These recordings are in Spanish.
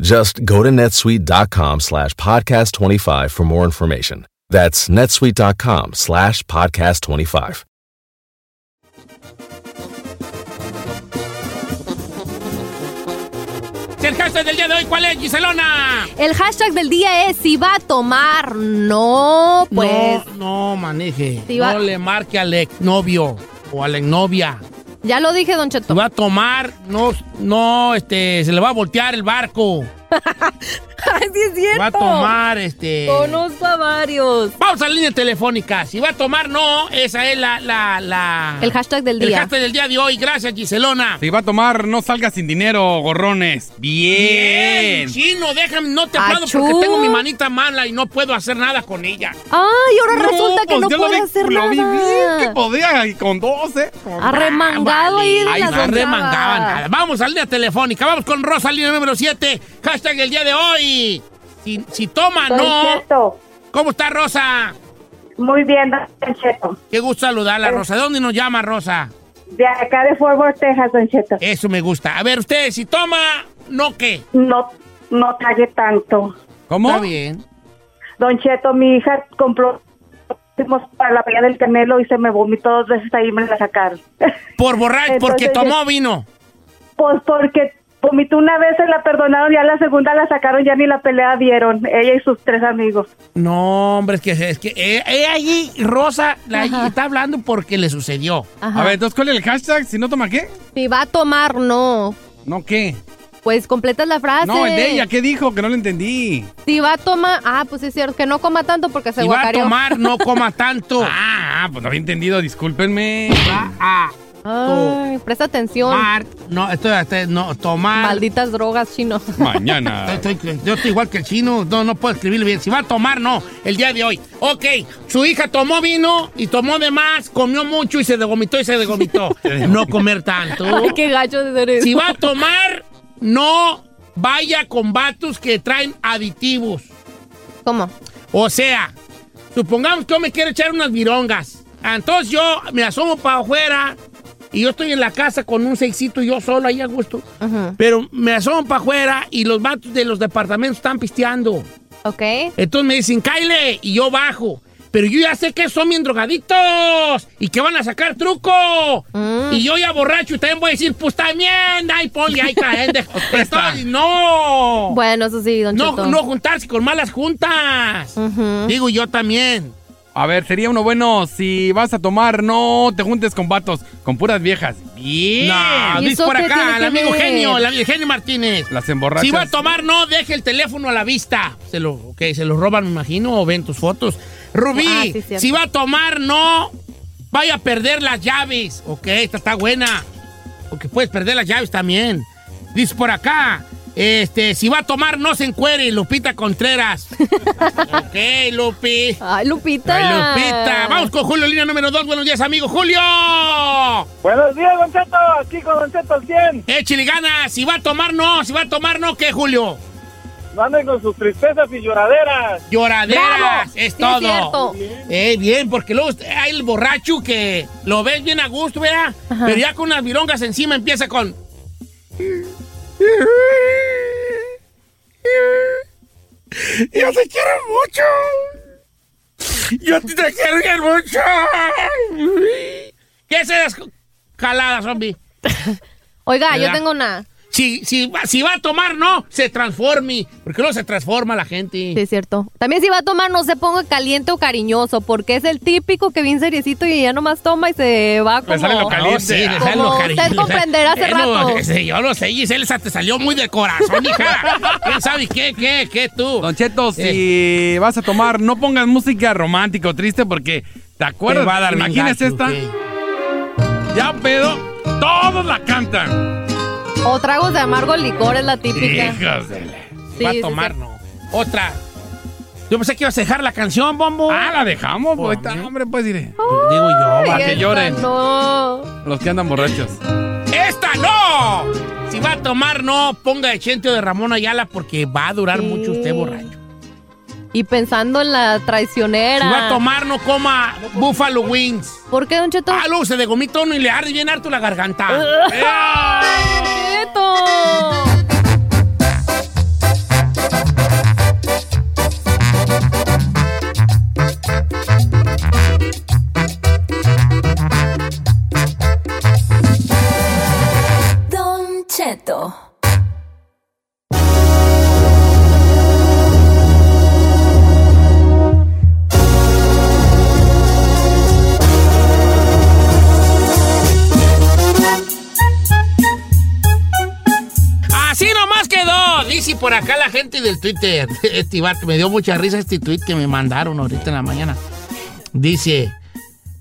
Just go to netsuite.com slash podcast 25 for more information. That's netsuite.com slash podcast 25. El hashtag del día de hoy, ¿cuál es, Giselona? El hashtag del día es si va a tomar. No, pues No, no maneje. Sí, va- No le marque al exnovio o a la exnovia. ya lo dije, Don Se Cheto. va a tomar, no, no, este, se le va a voltear el barco. Ay, sí es cierto. Va a tomar, este... Conozco a varios. Vamos a la línea telefónica. Si va a tomar, no, esa es la... la, la- El hashtag del El día. hashtag del día de hoy. Gracias, Giselona. Si va a tomar, no salgas sin dinero, gorrones. Bien. Chino, déjame, no te aplaudo Achú. porque tengo mi manita mala y no puedo hacer nada con ella. Ay, ahora resulta que pues no yo lo puede vi- hacer Lo vi bien que nada. podía y con ¿eh? 12. Arremangado ahí de Ay, las no onzadas. remangaban nada. Vamos a línea telefónica. Vamos con Rosa, línea número 7. Hashtag el día de hoy. Si, si toma, Don no. Cheto, ¿Cómo está Rosa? Muy bien, Don Cheto. Qué gusto saludarla, Rosa. ¿De dónde nos llama, Rosa? De acá de Fort Worth, Texas, Don Cheto. Eso me gusta. A ver, usted, si toma, no qué. No, no trague tanto. Está ¿Cómo? bien. Don Cheto, mi hija compró fuimos para la playa del Canelo y se me vomitó dos veces ahí me la sacaron. Por borracho, Entonces, porque yo- tomó vino. pues porque vomitó una vez, se la perdonaron, ya la segunda la sacaron, ya ni la pelea dieron, ella y sus tres amigos. No, hombre, es que, es que eh, eh, ahí Rosa la- está hablando porque le sucedió. Ajá. A ver, entonces, ¿cuál es el hashtag? Si no toma, ¿qué? Si va a tomar, no. No, ¿qué? Pues completas la frase. No, el de ella, ¿qué dijo? Que no lo entendí. Si va a tomar. Ah, pues es cierto, que no coma tanto porque se Si va a guacareó. tomar, no coma tanto. Ah, pues no había entendido, discúlpenme. Va a Ay, presta atención. tomar. No, estoy, estoy- no, tomar. Malditas drogas, chino. Mañana. Estoy- estoy- Ah. yo estoy igual que el chino, no, no puedo escribirlo bien. Si va a tomar, no, el día de hoy. Ok, su hija tomó vino y tomó de más, comió mucho y se degomitó y se degomitó. no comer tanto. Ay, qué gacho de ser eso. Si va a tomar, no vaya con vatos que traen aditivos. ¿Cómo? O sea, supongamos que yo me quiero echar unas virongas. Entonces yo me asomo para afuera y yo estoy en la casa con un seisito yo solo ahí a gusto. Ajá. Pero me asomo para afuera y los vatos de los departamentos están pisteando. Ok. Entonces me dicen, Kyle, y yo bajo. Pero yo ya sé que son bien drogaditos y que van a sacar truco. Mm. Y yo ya borracho y también voy a decir, pues también, ay, poli, ay, caen de Estoy- no. Bueno, eso sí, don No, Cheto. no juntarse con malas juntas. Ujú. Digo yo también. A ver, sería uno bueno si vas a tomar, no te juntes con vatos, con puras viejas. Bien. No, ¿Y dice eso por qué acá, tiene el que amigo ver? genio, el amigo genio Martínez. Las emborrachas. Si va a tomar, no, deje el teléfono a la vista. Se lo, ok, se lo roban, me imagino, o ven tus fotos. Rubí, Ah, sí, cierto. si va a tomar, no, vaya a perder las llaves. Ok, esta está buena. Porque puedes perder las llaves también. Dice por acá, este, si va a tomar, no se encuere, Lupita Contreras. ok, Lupi. Ay, Lupita. Ay, Lupita. Vamos con Julio, línea número 2. Buenos días, amigo Julio. Buenos días, Don Cheto. Aquí con Don Cheto al 100. Eh, Chiligana, si va a tomar, no. Si va a tomar, no, ¿qué, Julio? No anden con sus tristezas y lloraderas. Lloraderas, Bravo. es Sí, todo. es cierto. Eh, bien, porque luego usted- hay el borracho que lo ves bien a gusto, ¿verdad? Ajá. Pero ya con unas virongas encima empieza con. Yo te quiero mucho. Yo a ti te quiero bien mucho. ¿Qué es esas jaladas, zombie? Oiga, yo ¿Verdad? tengo una. Si, si, va- si va a tomar, no, se transforme. Porque luego se transforma la gente. Sí, es cierto. También si va a tomar, no se ponga caliente o cariñoso, porque es el típico que bien seriecito y ya nomás toma y se va como... sale lo caliente. No, sí, le Como sale lo usted cariño, le comprenderá sale- hace Eh, no, rato. ese, yo lo sé, Giselle, esa te salió muy de corazón, hija. ¿Quién sabe qué, qué, qué tú? Don Cheto, Eh. si vas a tomar, no pongas música romántica o triste porque te acuerdas. Te va a dar Imagínese mengacho, esta. ok. Ya pedo, todos la cantan. O tragos de amargo licor es la típica. Hijos de la- Sí, Va a sí, tomar, sí. no. Otra. Yo pensé que ibas a dejar la canción, Bombo. Ah, la dejamos, Por pues. está, mí. Hombre, pues iré. Digo yo, Ay, para que esta lloren. No. Los que andan borrachos. ¡Esta no! Si va a tomar, no, ponga de Chente o de Ramón Ayala porque va a durar Sí. mucho usted borracho. Y pensando en la traicionera. Si va a tomar, no coma Buffalo Wings. ¿Por qué, Don Cheto? Ah, luego se de gomita uno y le arde bien harto la garganta. Don Cheto! Don Cheto. Así nomás quedó. Dice por acá la gente del Twitter. Este vato, me dio mucha risa este tweet que me mandaron ahorita en la mañana. Dice,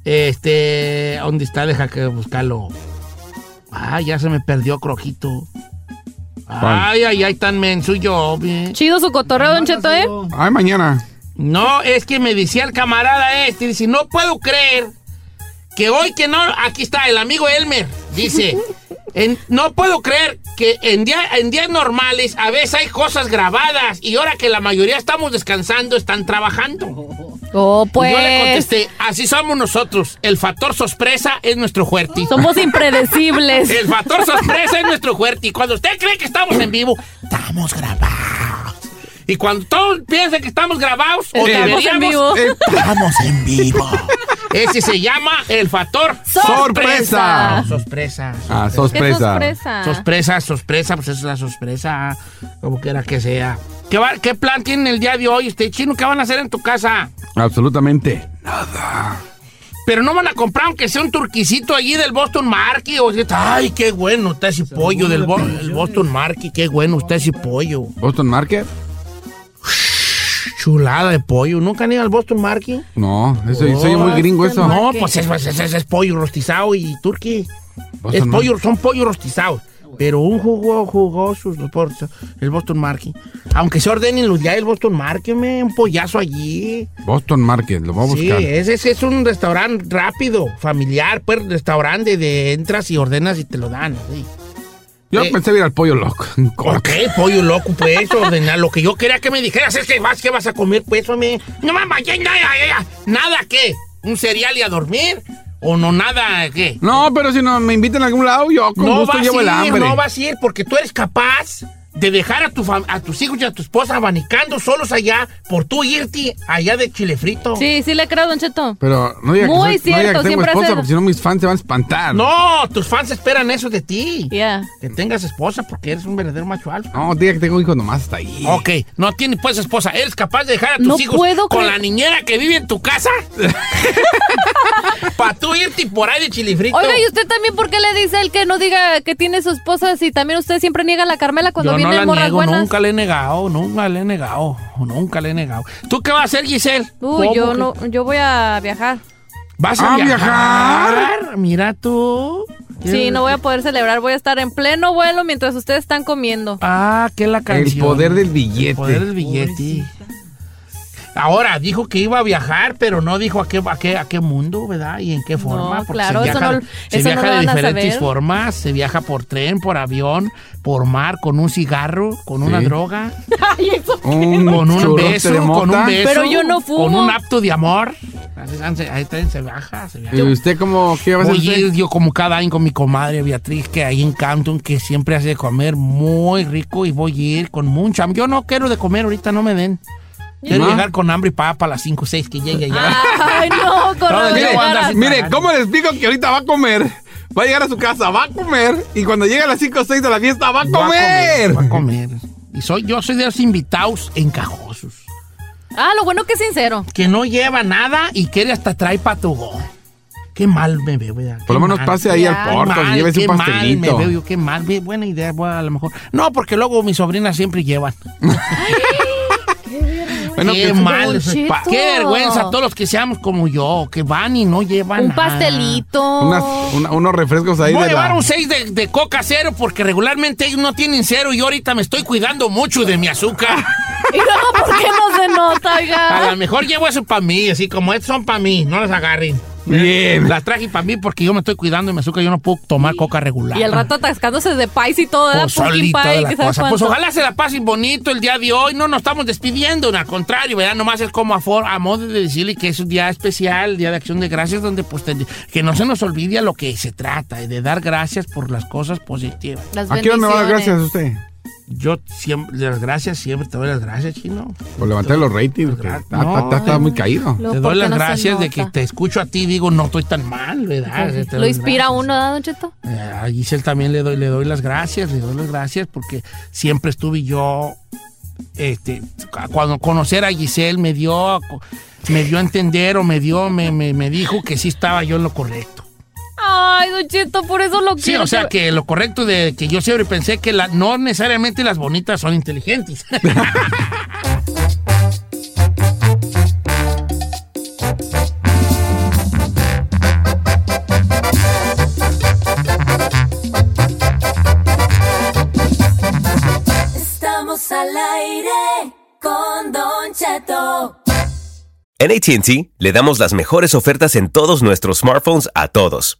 este, ¿dónde está? Deja que buscarlo. Ah, ya se me perdió Crojito. Ay, ay, ay, tan menso yo. ve. Chido su cotorreo, Don Cheto, ¿eh? Ay, mañana. No, es que me decía el camarada este, dice, no puedo creer que hoy que no, aquí está el amigo Elmer, dice, en- no puedo creer que en, día- en días normales a veces hay cosas grabadas y ahora que la mayoría estamos descansando, están trabajando. Oh, Y yo le pues. contesté, así somos nosotros, el factor sorpresa es nuestro fuerte. Somos impredecibles. El factor sorpresa es nuestro fuerte. Y cuando usted cree que estamos en vivo, estamos grabados. Y cuando todos piensan que estamos grabados, o Estamos en deberíamos, vivo. estamos en vivo. Ese se llama el factor Sorpresa. sorpresa. Ah. Ah, ¿Qué sorpresa. sorpresa? Sorpresa, sorpresa, pues eso es la sorpresa, como quiera que sea. ¿Qué, va- qué plan tienen el día de hoy? Usted chino, ¿qué van a hacer en tu casa? Absolutamente. Pero no van a comprar aunque sea un turquicito allí del Boston Market. O sea, ay, qué bueno está ese pollo del Bo- el Boston Market. Qué bueno está ese pollo. ¿Boston Market? Chulada de pollo. ¿Nunca han ido al Boston Market? No, eso soy muy gringo eso. No, pues es, es- es- es pollo rostizado y turqui. Boston Es Market. pollo, son pollos rostizados. Pero un jugo jugoso los por- el Boston Market. Aunque se ordenen los ya el Boston Market, me, un pollazo allí. Boston Market, lo voy a Sí, eh. buscar. ese es, es un restaurante rápido, familiar, pues restaurante de entras y ordenas y te lo dan. así. Yo eh. pensé ir al pollo loco. ¿Por qué, pollo loco, pues? Ordenar lo que yo quería que me dijeras es que vas, que vas a comer, pues, hombre. No, mamá, ya, nada, nada, ¿qué? ¿Un cereal y a dormir? ¿O no nada, qué? No, pero si no me invitan a algún lado, yo con no gusto vas llevo el a ir, hambre. no vas a ir, porque tú eres capaz de dejar a, tu fam- a tus hijos y a tu esposa abanicando solos allá por tú irte allá de chile frito. Sí, sí le creo, Don Cheto. Pero no digas que, Muy soy- no diga cierto, que tengo siempre esposa, hace- porque si no mis fans se van a espantar. No, tus fans esperan eso de ti. Ya. Que tengas esposa porque eres un verdadero macho alfa. No, diga que tengo hijos nomás hasta ahí. Ok, no tienes pues esposa. ¿Eres capaz de dejar a tus No hijos puedo con creer- la niñera que vive en tu casa? Para tú irte por ahí de chilifrito. Oiga, ¿y usted también por qué le dice el que no diga que tiene su esposa si también usted siempre niega a la Carmela cuando Yo no vienen la morras niego, buenas? nunca le he negado, nunca le he negado, nunca le he negado. ¿Tú qué vas a hacer, Giselle? Uy, ¿Cómo yo que- no, yo voy a viajar. ¿Vas ¿A a viajar? viajar? Mira tú. Sí, no voy a poder celebrar, voy a estar en pleno vuelo mientras ustedes están comiendo. Ah, qué la canción. poder del billete. El poder del billete. Ahora, dijo que iba a viajar, pero no dijo a qué, a qué, a qué mundo, ¿verdad? Y en qué forma. No, claro, eso no- se eso viaja no lo de van a diferentes saber. formas. Se viaja por tren, por avión, por mar, con un cigarro, con una Sí. droga, Ay, eso- Un con un churrote beso, de con mota. un beso. Pero yo no fumo. Con un apto de amor. Ahí se- Ahí también se viaja, se viaja. ¿Y usted cómo qué va a hacer? Oye, usted? Pues yo como cada año con mi comadre Beatriz, que ahí en Campton, que siempre hace de comer muy rico y voy a ir con mucha. hambre. Yo no quiero de comer, ahorita no me den. ¿No? Quiero Ah. llegar con hambre y papa a las 5 o 6 que llegue ya. Ay, no, No, Corrado, yo Mire, voy a andar llegaras. sin mire, tragar. ¿cómo le explico que ahorita va a comer? Va a llegar a su casa, va a comer. Y cuando llega a las 5 o 6 de la fiesta, va a Va comer. Va a comer. Y soy, yo soy de los invitados encajosos, Ah, lo bueno que es sincero. que no lleva nada y quiere hasta traer para tu go. Qué mal me veo, ¿verdad? Por lo Qué menos mal. pase ahí Ya, al Qué porto, mal, llévese un qué mal pastelito. me veo yo, qué mal. Ve- Buena idea, voy a lo mejor. No, porque luego mis sobrinas siempre llevan. Bueno, qué que- mal. Don Pa- Cheto. Qué vergüenza todos los que seamos como yo, que van y no llevan Un nada. pastelito. unas- una- unos refrescos ahí Voy a de llevar la... un 6 de, de coca cero porque regularmente ellos no tienen cero y yo ahorita me estoy cuidando mucho de mi azúcar. Y luego, ¿por qué no se nota, A oiga? lo mejor llevo eso para mí, así como estos son para mí, no las agarren. Bien. Las traje para mí porque yo me estoy cuidando de mi azúcar, yo no puedo tomar coca regular. Y al rato atascándose de pais y todo, ¿verdad? Pues solita Pumpkin pie, de que la sabe cosa. Pues cuánto. ojalá se la pasen bonito el día de hoy. No nos estamos despidiendo, al contrario, ¿verdad? Nomás es como a, for- a modo de decirle que es un día especial, Día de Acción de Gracias, donde pues ten- que no se nos olvide a lo que se trata, de dar gracias por las cosas positivas. Las ¿A qué hora me va a dar gracias bendiciones. a usted? Yo siempre, las gracias, siempre te doy las gracias, Chino. Por levantar los ratings. porque Gra- Está, no. está- está- está muy caído. Luego, te ¿por doy qué las no se gracias de que nota? te escucho a ti y digo, no estoy tan mal, ¿verdad? Te Lo doy inspira gracias. a uno, ¿verdad, Don Cheto? Eh, a Giselle también le doy, le doy las gracias, le doy las gracias porque siempre estuve yo. Este, cu- cuando conocer a Giselle me dio, me dio a entender o me dio, me, me, me dijo que sí estaba yo en lo correcto. Ay, Don Cheto, por eso lo Sí, quiero. o sea que lo correcto de que yo siempre pensé que la- no necesariamente las bonitas son inteligentes. Estamos al aire con Don Cheto. En ATT le damos las mejores ofertas en todos nuestros smartphones a todos.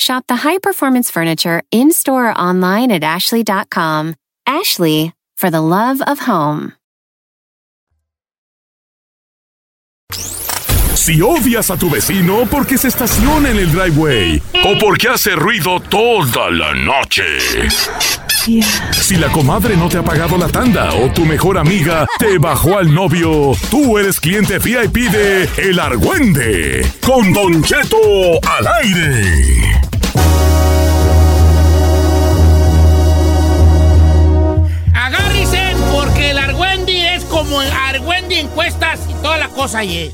Shop the high performance furniture in store or online at ashley.com. Ashley, for the love of home. Si odias a tu vecino porque se estaciona en el driveway o porque hace ruido toda la noche. Si la comadre no te ha pagado la tanda o tu mejor amiga te bajó al novio, tú eres cliente VIP de El Argüende con Don Cheto al aire. Argüendi encuestas y toda la cosa ahí.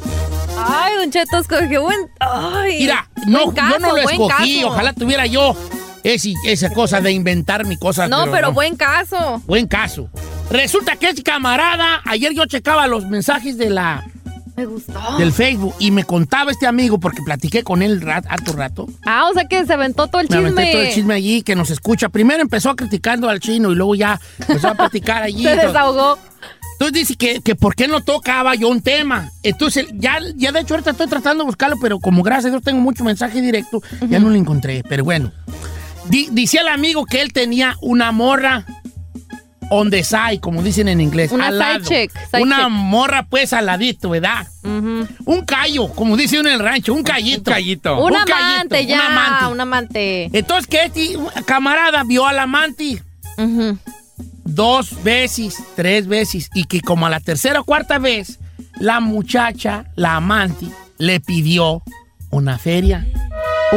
Ay, Don Cheto, escogió buen. Ay. Mira, no, Buen caso, yo no lo buen escogí. caso. Ojalá tuviera yo ese- esa cosa de inventar mi cosa. No, pero, buen caso. Buen caso. Resulta que es camarada. Ayer yo checaba los mensajes de la, Me gustó. del Facebook y me contaba este amigo, porque platiqué con él rat, harto rato. Ah, o sea que se aventó todo el Me chisme. aventé todo el chisme allí que nos escucha. Primero empezó criticando al chino y luego ya empezó a platicar allí. Se desahogó. Entonces dice que, que por qué no tocaba yo un tema. Entonces, ya, ya de hecho ahorita estoy tratando de buscarlo, pero como gracias a Dios tengo mucho mensaje directo, ya no lo encontré. Pero bueno, Di- dice el amigo que él tenía una morra on the side, como dicen en inglés. Una al side lado. chick, side una chick. morra pues al ladito, ¿verdad? Un callo, como dicen en el rancho, un callito. Un callito. Un amante, ya. Un amante. Un amante. Entonces, que este camarada vio al amante dos veces, tres veces, y que como a la tercera o cuarta vez, la muchacha, la amante, le pidió una feria.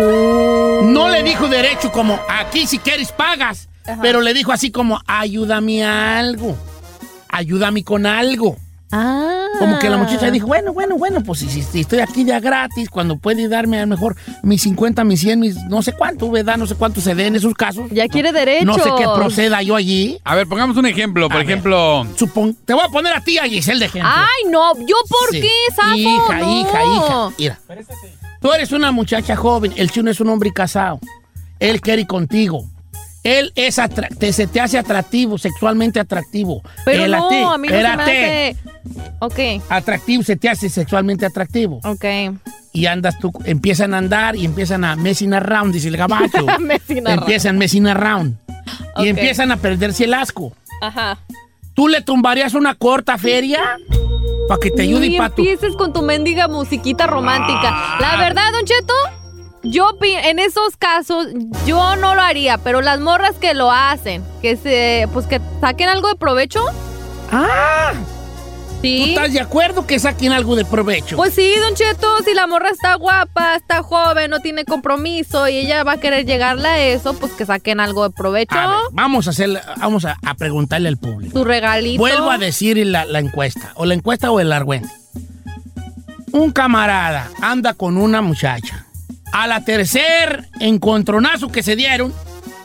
No le dijo derecho como, aquí si quieres pagas, pero le dijo así como, ayúdame a algo, ayúdame con algo. Ah. Como que la muchacha dijo, bueno, bueno, bueno, pues si, si- si estoy aquí ya gratis, cuando puede darme a lo mejor mis 50, mis 100, mis no sé cuánto, ¿verdad? No sé cuánto se dé en esos casos. Ya quiere derechos. No sé qué proceda yo allí. A ver, pongamos un ejemplo. Por ejemplo. Te voy a poner a ti, a Giselle, de ejemplo. Ay, no. ¿Yo por Sí. qué, Safo? Hija, No. hija, hija. Mira. Tú eres una muchacha joven, el chino es un hombre casado. Él quiere ir contigo. Él es atra- te, se te hace atractivo, sexualmente atractivo. Pero Él no, ti, a mí no se me espérate. hace... Ok, Atractivo, se te hace sexualmente atractivo. ok. Y andas tú, empiezan a andar y empiezan a messing around, dice el gabacho. Messing around. Empiezan messing around. Ok. Y empiezan a perderse el asco. Ajá. ¿Tú le tumbarías una corta feria? Para que te ayude Ni y para tu Ah. empieces con tu mendiga musiquita romántica. La verdad, Don Cheto, yo pi- en esos casos yo no lo haría, pero las morras que lo hacen, que se pues que saquen algo de provecho. Ah. ¿Tú Sí. estás de acuerdo que saquen algo de provecho? Pues sí, Don Cheto, si la morra está guapa, está joven, no tiene compromiso y ella va a querer llegarle a eso, pues que saquen algo de provecho. A ver, vamos a hacer, vamos a, a preguntarle al público. Tu regalito. Vuelvo a decir la, la encuesta, o la encuesta o el argüente. Un camarada anda con una muchacha. A la tercer encontronazo que se dieron,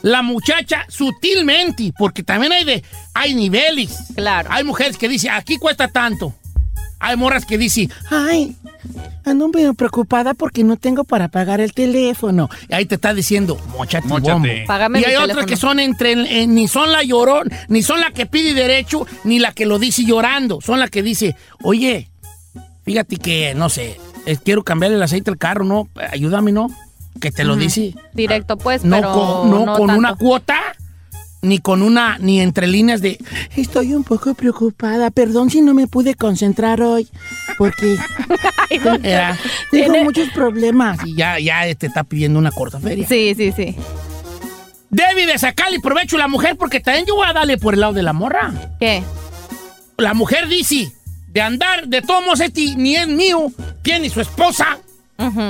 la muchacha sutilmente, porque también hay de, hay niveles. Claro. Hay mujeres que dicen, aquí cuesta tanto. Hay morras que dicen, ay, ando medio preocupada porque no tengo para pagar el teléfono. Y ahí te está diciendo, mochate, Móchate. Págame y mi hay otras teléfono. que son entre, eh, ni son la llorón, ni son la que pide derecho, ni la que lo dice llorando. Son la que dice, oye, fíjate que, no sé, eh, quiero cambiar el aceite al carro, ¿no? Ayúdame, ¿no? Que te lo Ujú. dice. Directo, pues, No pero con, no con tanto. una cuota, ni con una, ni entre líneas de, estoy un poco preocupada, perdón si no me pude concentrar hoy, porque era, tengo muchos problemas. Y ya, ya te está pidiendo una corta feria. Sí, sí, sí. Debe de sacarle provecho a la mujer porque también yo voy a darle por el lado de la morra. ¿Qué? La mujer dice, de andar, de todos modos, este ni es mío, tiene su esposa, Ujú.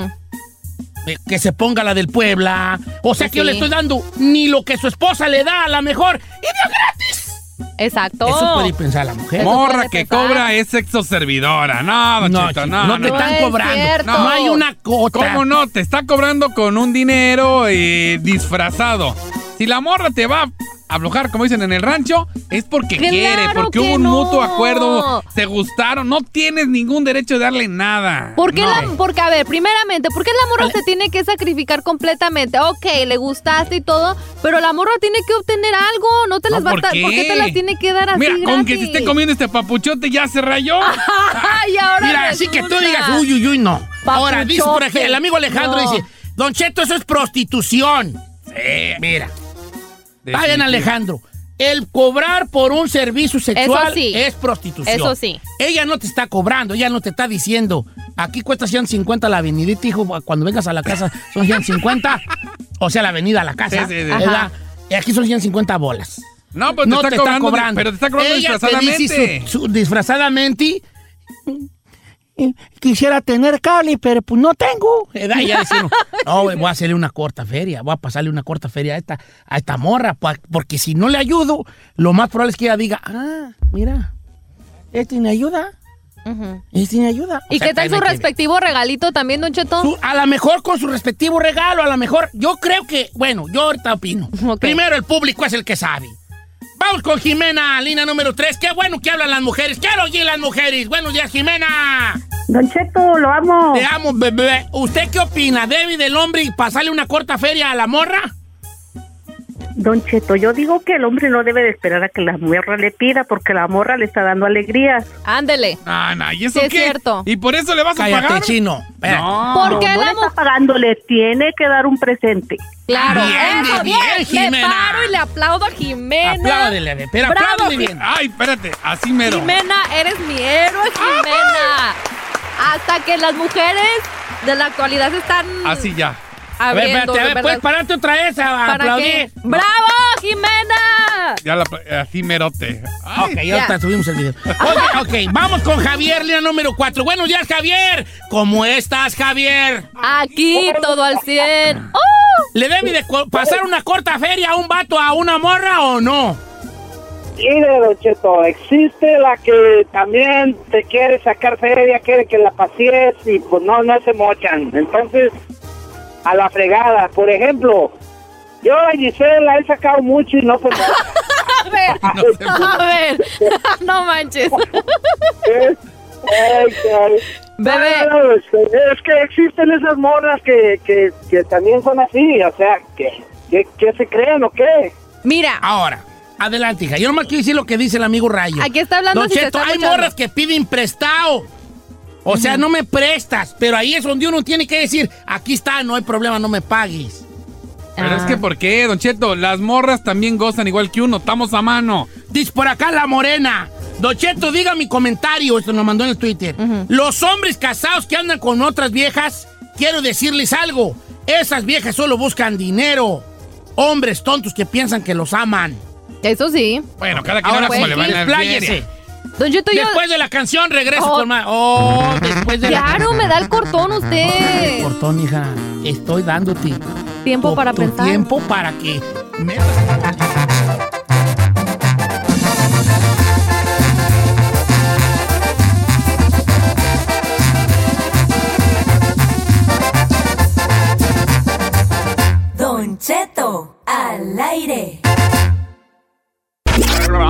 eh, que se ponga la del Puebla. O sea que yo Pues Sí. le estoy dando ni lo que su esposa le da a la mejor. ¡Y Dios gratis! Exacto. Eso puede pensar la mujer. ¿Eh? Morra que cobra es sexo servidora. No, don No, Cheto, chico, no. no te están es cobrando. cierto. No hay una cota. ¿Cómo no? Te está cobrando con un dinero eh, disfrazado. Si la morra te va a aflojar, como dicen en el rancho, es porque Claro quiere, porque que hubo un no. mutuo acuerdo, se gustaron, no tienes ningún derecho de darle nada. ¿Por qué No. la, porque, a ver, primeramente, ¿por qué la morra se tiene que sacrificar completamente? Ok, le gustaste y todo, pero la morra tiene que obtener algo, no te No, las va a ¿por estar- ¿Por qué? qué te las tiene que dar así Mira, con que se gratis? esté comiendo este papuchote ya se rayó. Ay, ahora Mira, así que tú resulta. digas, uy, uy, uy, no. Ahora, dice por Papuchote. ejemplo, el amigo Alejandro No. dice, Don Cheto, eso es prostitución. Mira. Está bien, Alejandro. El cobrar por un servicio sexual Eso sí. es prostitución. Eso sí. Ella no te está cobrando, ella no te está diciendo, aquí cuesta 150 la avenidita, hijo, cuando vengas a la casa son 150. o sea, la avenida a la casa. Sí, sí, sí. ¿verdad? Y aquí son 150 bolas. No, pero te no está, te cobrando, está cobrando. pero te está cobrando Ella te disfrazadamente. dice su- su- disfrazadamente. Quisiera tener cable, pero pues no tengo. ¿Verdad? Y ya decimos, no, güey, voy a hacerle una corta feria, voy a pasarle una corta feria a esta, a esta morra, pa- porque si no le ayudo, lo más probable es que ella diga, ah, mira, ¿Él tiene ayuda? ¿Él tiene ayuda? ¿Y O sea, qué tal está su en la respectivo regalito también, Don Cheto? a lo mejor con su respectivo regalo, a lo mejor. Yo creo que, bueno, yo ahorita opino. Primero el público es el que sabe. Vamos con Jimena, línea número 3. Qué bueno que hablan las mujeres. Quiero oír las mujeres. Buenos días, Jimena. Don Cheto, lo Oh. amo. Te amo, bebé. ¿Usted qué opina? ¿Debe del hombre y pasarle una corta feria a la morra? Don Cheto, yo digo que el hombre no debe de esperar a que la morra le pida porque la morra le está dando alegrías. Ándele. Ah, no, ¿y eso Sí, es qué? cierto. ¿Y por eso le vas a Cállate, pagar? chino. No. No, no le está pagando, le tiene que dar un presente. Claro. Bien, Eso, bien, Me Jimena. paro y le aplaudo a Jimena. Apláudele, bebé, pero Bravo, apláudele Jim- bien. Ay, espérate, así mero. Jimena, eres mi héroe, Jimena. Hasta que las mujeres de la actualidad se están Así ya. A ver, abriendo. espérate, a ver, ¿verdad? ¿puedes pararte otra vez a ¿Para aplaudir? qué? ¡Bravo, Jimena! Ya la, así merote. ok, ahorita subimos el video. Ok, ok, vamos con Javier, línea número 4. Buenos días, Javier. ¿Cómo estás, Javier? Aquí todo al ¡Oh, 100. ¿Le debe de co- pasar una corta feria a un vato, a una morra o no? Mire, Don Cheto, existe la que también te quiere sacar feria, quiere que la pasees y pues no, no se mochan. Entonces, a la fregada. Por ejemplo, yo a Giselle la he sacado mucho y no se mocha. A ver, ¡Oh, a ver, no manches. Ay, caray. No, no, es que- es que existen esas morras que, que, que también son así, o sea, que, que, que se creen o qué. Mira. Ahora, adelante, hija. Yo nomás quiero decir lo que dice el amigo Rayo. Aquí está hablando Don si te Cheto, está hay escuchando. morras que piden prestado. O sea, no me prestas, pero ahí es donde uno tiene que decir, aquí está, no hay problema, no me pagues. Pero es Ah. que, ¿por qué, Don Cheto? Las morras también gozan igual que uno. Estamos a mano. Dice por acá la morena. Don Cheto, diga mi comentario. Esto nos mandó en el Twitter. Los hombres casados que andan con otras viejas, quiero decirles algo. Esas viejas solo buscan dinero. Hombres tontos que piensan que los aman. Eso sí. Bueno, cada quien habla como le va en la Expláyese. Don Cheto, yo- Después de la canción regreso Oh. con más. Oh, después de la Claro, me da el cortón usted. Cortón, hija. Estoy dándote Tiempo para tu pensar. tiempo para que Don Cheto al aire.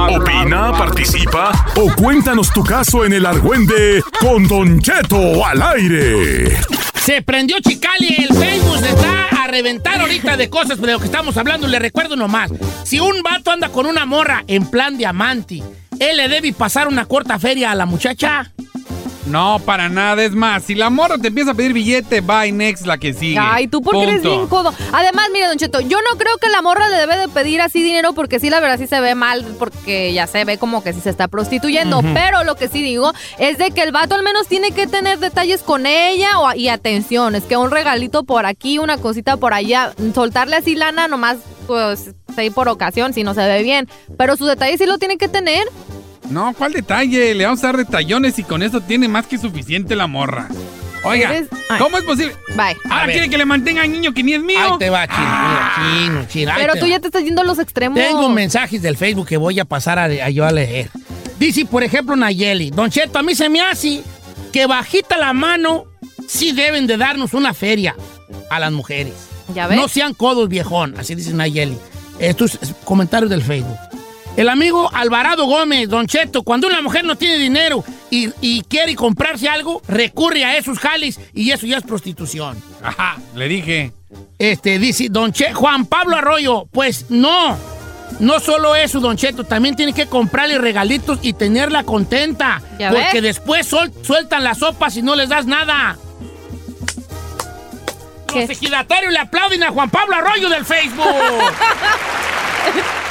Opina, participa o cuéntanos tu caso en el Argüende con Don Cheto al aire. Se prendió Chicali, el Facebook se está a reventar ahorita de cosas de lo que estamos hablando. Le recuerdo nomás, si un vato anda con una morra en plan diamante, él le debe pasar una corta feria a la muchacha. No, para nada. Es más, si la morra te empieza a pedir billete, bye next la que sigue. Ay, tú porque eres bien codo. Además, mire, Don Cheto, yo no creo que la morra le debe de pedir así dinero porque sí, la verdad sí se ve mal, porque ya se ve como que sí se está prostituyendo. Ujú. Pero lo que sí digo es de que el vato al menos tiene que tener detalles con ella o- y atención. Es que un regalito por aquí, una cosita por allá, soltarle así lana nomás, pues, ahí por ocasión, si no se ve bien. Pero sus detalles sí lo tiene que tener. No, ¿cuál detalle? Le vamos a dar detallones y con eso tiene más que suficiente la morra. Oiga, Eres- ay. ¿cómo es posible? Bye. Ahora quiere que le mantenga al niño que ni es mío. Ahí te va, chino, chino, chino. Pero tú ya te estás yendo a los extremos. Tengo mensajes del Facebook que voy a pasar a, a yo a leer. Dice, por ejemplo, Nayeli, Don Cheto, a mí se me hace que bajita la mano sí deben de darnos una feria a las mujeres. Ya ves. No sean codos, viejón, así dice Nayeli. Estos comentarios del Facebook. El amigo Alvarado Gómez, Don Cheto, cuando una mujer no tiene dinero y, y quiere comprarse algo, recurre a esos jales y eso ya es prostitución. Ajá, le dije. Este, dice Don Che, Juan Pablo Arroyo, pues no. No solo eso, Don Cheto, también tiene que comprarle regalitos y tenerla contenta. Ya porque ves. después sol- sueltan las sopas y no les das nada. Los ejidatarios le aplauden a Juan Pablo Arroyo del Facebook.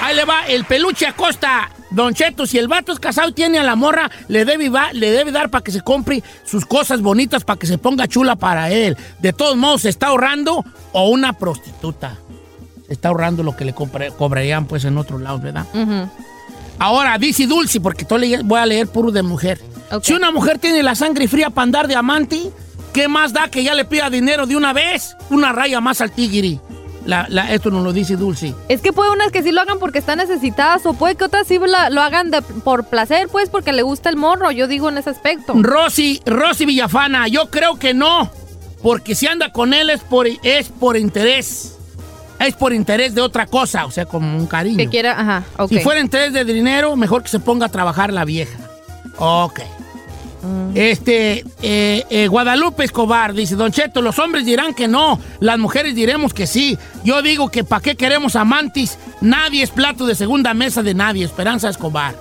Ahí le va el peluche Acosta. Don Cheto, si el vato es casado y tiene a la morra, le debe, va- le debe dar para que se compre sus cosas bonitas, para que se ponga chula para él. De todos modos, se está ahorrando o una prostituta. Se está ahorrando lo que le compre- cobrarían pues en otros lados, ¿verdad? Ujú. Ahora, dice Dulce, porque estoy leye- voy a leer puro de mujer. Si una mujer tiene la sangre fría para andar de amante, ¿qué más da que ya le pida dinero de una vez? Una raya más al tigiri. la- la- esto nos lo dice Dulce. Es que puede unas que sí lo hagan porque están necesitadas o puede que otras sí la- lo hagan de- por placer, pues, porque le gusta el morro, yo digo en ese aspecto. Rosy, Rosy Villafana, yo creo que no, porque si anda con él es por, es por interés. Es por interés de otra cosa, o sea, como un cariño. Que quiera, ajá, ok. Si fuera interés de dinero, mejor que se ponga a trabajar la vieja. Ok. Mm. Este, eh, eh, Guadalupe Escobar dice, Don Cheto, los hombres dirán que no, las mujeres diremos que sí. Yo digo que ¿para qué queremos amantes? Nadie es plato de segunda mesa de nadie. Esperanza Escobar.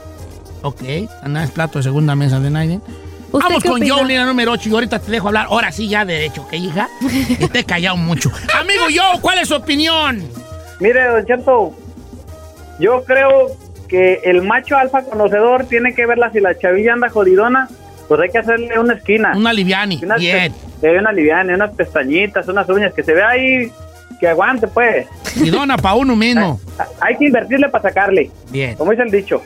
Ok, nadie es plato de segunda mesa de nadie. Vamos qué con opina? Joe, línea número 8, y ahorita te dejo hablar. Ahora sí, ya derecho, ¿ok, hija? Te he callado mucho. Amigo Joe, ¿cuál es su opinión? Mire, don Cheto, yo creo que el macho alfa conocedor tiene que verla si la chavilla anda jodidona, pues hay que hacerle una esquina. Una liviani, bien. una liviani, unas pestañitas, unas uñas, que se vea ahí, que aguante, pues. Y dona pa' uno mismo. Hay que invertirle para sacarle. Bien. Como dice el dicho.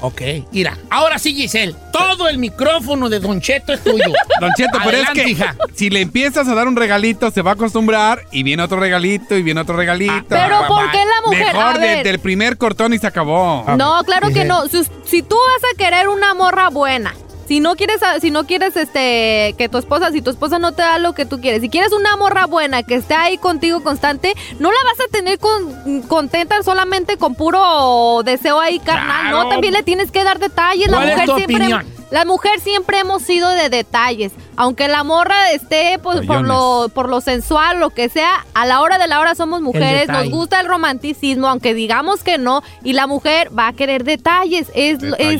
Ok. Mira, ahora sí, Giselle, todo el micrófono de Don Cheto es tuyo. Don Cheto, pero es Adelante, que hija. si le empiezas a dar un regalito, se va a acostumbrar y viene otro regalito y viene otro regalito. pero Ah, ¿por bye. qué la mujer? Mejor A de- ver. del primer cortón y se acabó. No, claro que no. Si, us- si tú vas a querer una morra buena, si no quieres, a- si no quieres este que tu esposa, si tu esposa no te da lo que tú quieres, si quieres una morra buena que esté ahí contigo constante, no la vas a tener con- contenta solamente con puro deseo ahí carnal. Claro. No, también le tienes que dar detalles. La ¿Cuál es mujer tu siempre. opinión? La mujer siempre hemos sido de detalles. Aunque la morra esté pues, por, Millones. lo, por lo sensual, lo que sea, a la hora de la hora somos mujeres, nos detalle. gusta el romanticismo, aunque digamos que no, y la mujer va a querer detalles. Es, es-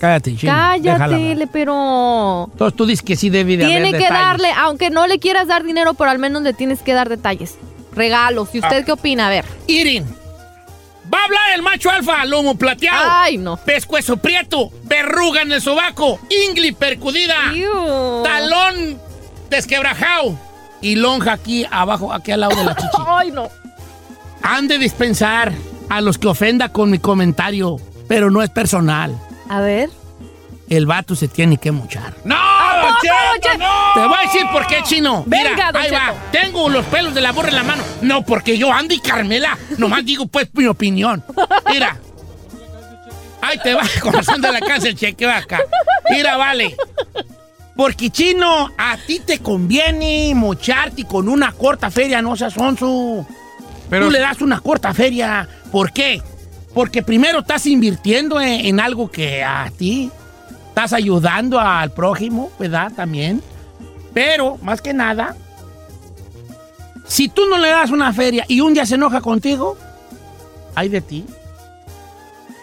Cállate, Chino. déjala cállate, hablar. le- pero Entonces tú dices que sí debe de tiene haber que detalles. darle, aunque no le quieras dar dinero, pero al menos le tienes que dar detalles, regalos. ¿Y Ah. usted qué opina? A ver. Irin, va a hablar el macho alfa, lomo plateado. Ay, no. Pescuezo prieto, verruga en el sobaco, ingli percudida, talón desquebrajado y lonja aquí abajo, aquí al lado de la chichi. Ay, no. Han de dispensar a los que ofenda con mi comentario, pero no es personal. A ver. El vato se tiene que mochar. ¡No, Don Cheto, Te voy a decir por qué, chino. Venga, Mira, Don ahí Cheto. va. Tengo los pelos de la burra en la mano. No, porque yo ando y Carmela. Nomás digo, pues, mi opinión. Mira. Ahí te va, corazón de la cárcel, chequeo acá. Mira, vale. Porque, chino, a ti te conviene mocharte con una corta feria, no seas onzo. Tú le das una corta feria. ¿Por qué? Porque primero estás invirtiendo en, en algo que a ti estás ayudando al prójimo, ¿verdad? También. Pero, más que nada, si tú no le das una feria y un día se enoja contigo, hay de ti.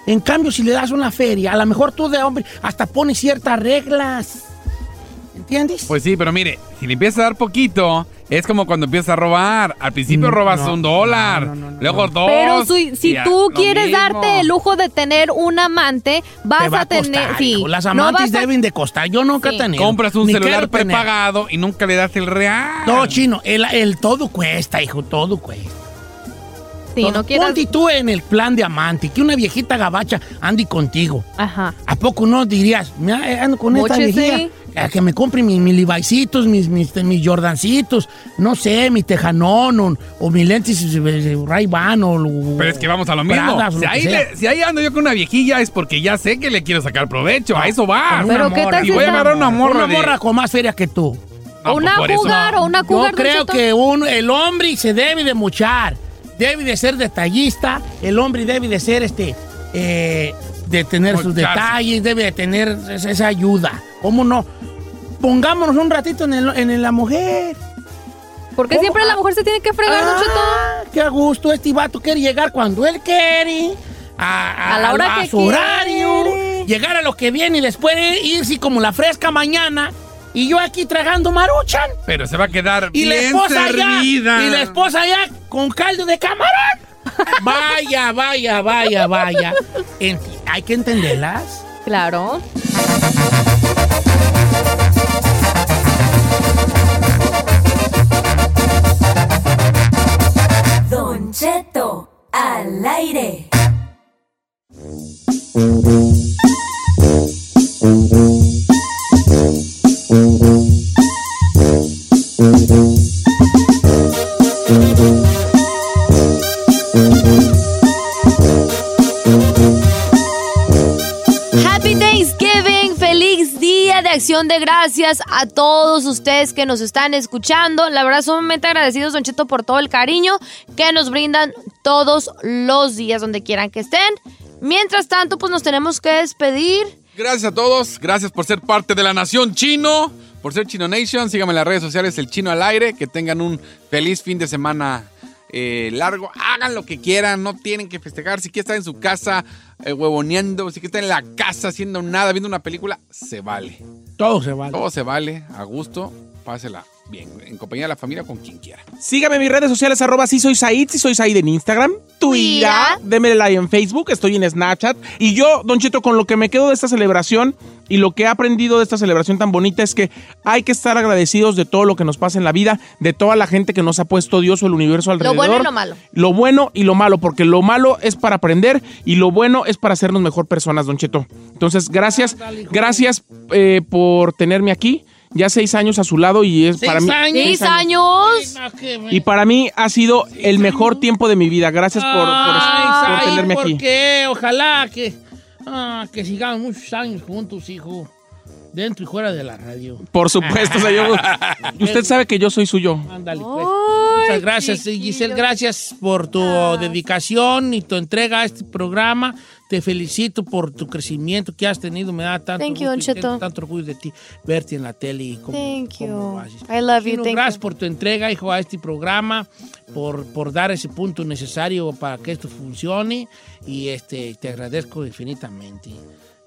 En cambio, si le das una feria, a lo mejor tú de hombre hasta pones ciertas reglas. ¿Entiendes? Pues sí, pero mire, si le empiezas a dar poquito, es como cuando empiezas a robar. Al principio Mm, robas un dólar, luego dos. Pero si, si y a- tú lo quieres mismo. darte el lujo de tener un amante, vas Te va a, a tener. costar, sí, hijo. Las no amantes vas a- Deben de costar. Yo nunca he Sí. tenido. Compras un ni celular quiero tener. prepagado y nunca le das el real. No, chino, el, el todo cuesta, hijo, todo cuesta. Sí, Todo. no quieras- Ponte tú en el plan de amante, que una viejita gabacha ande contigo. Ajá. ¿A poco no dirías, mira, eh, ando con esta Móchese. viejita, a que me compre mis, mis Levi'sitos, mis, mis, este, mis Jordancitos, no sé, mi tejanón, o, o mis lentes eh, Ray-Ban, o... lo- Pero es que vamos a lo mismo. Pradas, o si, lo que ahí sea. le- si ahí ando yo con una viejilla es porque ya sé que le quiero sacar provecho. A eso va. Con una morra. Y voy a agarrar una morra. Una morra con más feria que tú. O pues una por eso. cougar, o una cougar, Yo Don creo Cheto. que un- el hombre se debe de muchar, debe de ser detallista, el hombre debe de ser este, eh, de tener sus Mocharse. detalles, debe de tener es- esa ayuda. ¿Cómo no? Pongámonos un ratito en, el- en la mujer. Porque siempre la mujer se tiene que fregar, Ah. Don Cheto. Cheto? Qué a gusto, este vato quiere llegar cuando él quiere, a, a- A la hora a que su quiere. horario, llegar a lo que viene y después irse como la fresca mañana y yo aquí tragando maruchan. Pero se va a quedar Y la bien esposa allá, y servida. la esposa allá con caldo de camarón. Vaya, vaya, vaya, vaya. Enti- hay que entenderlas. Claro. Don Cheto al aire. acción de gracias a todos ustedes que nos están escuchando. La verdad, sumamente agradecidos, Don Cheto, por todo el cariño que nos brindan todos los días, donde quieran que estén. Mientras tanto, pues nos tenemos que despedir. Gracias a todos, gracias por ser parte de la nación chino, por ser Chino Nation. Síganme en las redes sociales, el chino al aire. Que tengan un feliz fin de semana eh, largo. Hagan lo que quieran, no tienen que festejar. Si quieren estar en su casa eh, huevoneando, si quieren estar en la casa haciendo nada, viendo una película, se vale. Todo se vale. Todo se vale, a gusto, pásela bien, en compañía de la familia, con quien quiera. Sígame en mis redes sociales, arroba si soy Said, si soy Said en Instagram, Twitter, démele like en Facebook, estoy en Snapchat. Y yo, Don Cheto, con lo que me quedo de esta celebración y lo que he aprendido de esta celebración tan bonita es que hay que estar agradecidos de todo lo que nos pasa en la vida, de toda la gente que nos ha puesto Dios o el universo alrededor. bueno y lo malo. Lo bueno y lo malo, porque lo malo es para aprender y lo bueno es para hacernos mejor personas, Don Cheto. Entonces, gracias, gracias eh, por tenerme aquí. Ya seis años a su lado y es para mí. Seis años. Y para mí ha sido el mejor tiempo de mi vida. Gracias pues, por, por- Ah. por, Ay, tenerme ¿por aquí. qué? Ojalá que, ah, que sigamos muchos años juntos, hijo. Dentro y fuera de la radio. Ah. Por supuesto, señor. Y Usted sabe que yo soy suyo. Ándale, pues. Muchas gracias, Giselle. Gracias por tu dedicación y tu entrega a este programa. Te felicito por tu crecimiento que has tenido. Me da tanto, Thank you, Don gusto y Cheto. tengo tanto orgullo de ti verte en la tele. Y cómo- Thank cómo you. haces. I love you. Chino, Thank gracias you. por tu entrega, hijo, a este programa, por, por dar ese punto necesario para que esto funcione. Y este, te agradezco infinitamente.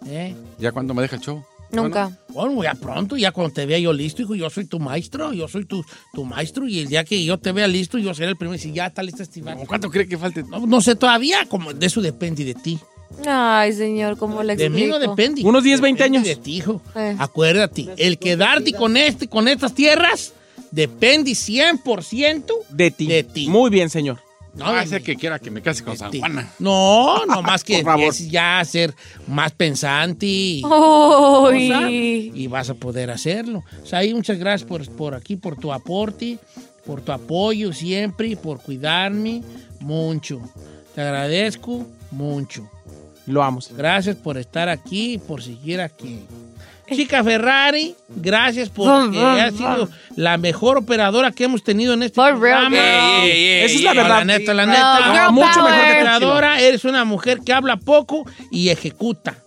¿eh? ¿Ya cuándo me deja el show? Nunca. Bueno, ya pronto, ya cuando te vea yo listo, hijo, yo soy tu maestro, yo soy tu, tu maestro, y el día que yo te vea listo, yo seré el primero. Si ya está lista este vato. ¿Cuánto cree que falte? No, no sé todavía, como de eso depende de ti. Ay, señor, ¿cómo le De explico? mí no depende. Unos 10, 20 años. De ti, hijo. Eh. Acuérdate, el quedarte con este, con estas tierras, depende 100% De ti. Muy bien, señor. No, de mí. Ah, que quiera que me case con San Juana. Este, No, no más que Por favor. empieces ya a ser más pensante y, Ay. cosa, y vas a poder hacerlo. O sea, ahí muchas gracias por, por aquí, por tu aporte, por tu apoyo siempre, por cuidarme mucho. Te agradezco mucho. Lo amo. Gracias por estar aquí, por seguir aquí. Chica Ferrari, gracias por Vum, que vum, has vum. sido la mejor operadora que hemos tenido en este programa. Eh, girl. Ey, ey, ey, Esa es la No, verdad. La Ah, neta, la No, neta. girl Mucho mejor power. que tú, operadora, eres una mujer que habla poco y ejecuta.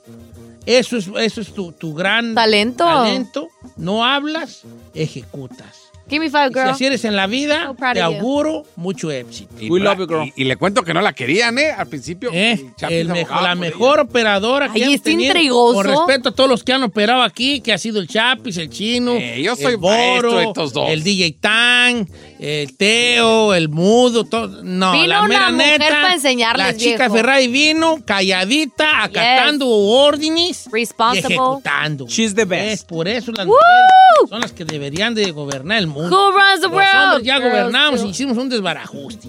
Eso es, eso es tu, tu gran Talento. talento. No hablas, ejecutas. Give me five, Y si girl. así eres en la vida, So proud te of you. auguro mucho éxito. Y, no la- eh. y- y le cuento que no la querían, ¿eh? Al principio. el Chapis El abogaba mejor- la por mejor operadora que Ay, han está tenido. intrigoso. Por respeto a todos los que han operado aquí, que ha sido el Chapis, el Chino, Eh, yo soy el maestro de estos dos. el DJ Tan, el Teo, el Mudo, todo. No, Vino la mera una mujer neta, para enseñarles, La chica viejo. Ferrari vino calladita, acatando órdenes y Responsible. ejecutando. She's the best. Es por eso las mujeres son las que deberían de gobernar el mundo. Who runs the Los world? hombres ya Girls gobernamos do. y hicimos un desbarajuste.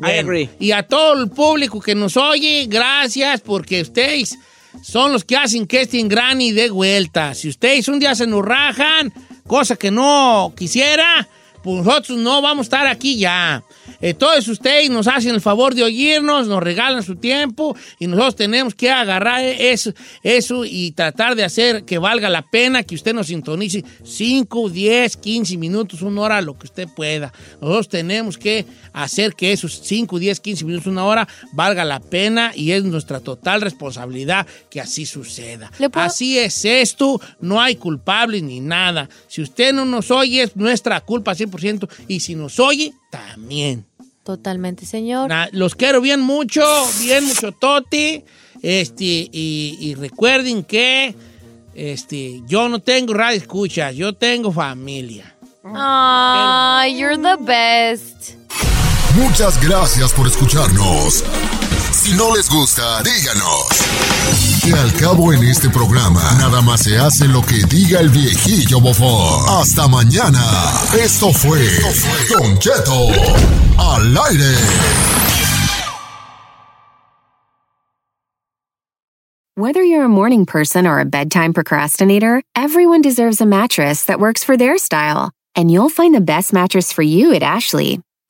I agree. Y a todo el público que nos oye, gracias porque ustedes son los que hacen que este engrane de vuelta. Si ustedes un día se nos rajan, cosa que no quisiera, pues nosotros no vamos a estar aquí ya. Entonces ustedes nos hacen el favor de oírnos, nos regalan su tiempo y nosotros tenemos que agarrar e-, eso, eso y tratar de hacer que valga la pena que usted nos sintonice 5, 10, 15 minutos, una hora, lo que usted pueda. Nosotros tenemos que hacer que esos 5, 10, 15 minutos, una hora valga la pena y es nuestra total responsabilidad que así suceda. ¿Le puedo- Así es esto, no hay culpables ni nada. Si usted no nos oye, es nuestra culpa 100% y si nos oye, también. Totalmente, señor. Na- los quiero bien mucho, bien mucho Toti. Este, y, y recuerden que este, yo no tengo radio escucha, yo tengo familia. Ay, you're the best. Muchas gracias por escucharnos. Si no les gusta, díganos. Que al cabo en este programa, nada más se hace lo que diga el viejillo bofón. Hasta mañana. Esto fue Don Cheto al aire. Whether you're a morning person or a bedtime procrastinator, everyone deserves a mattress that works for their style. And you'll find the best mattress for you at Ashley.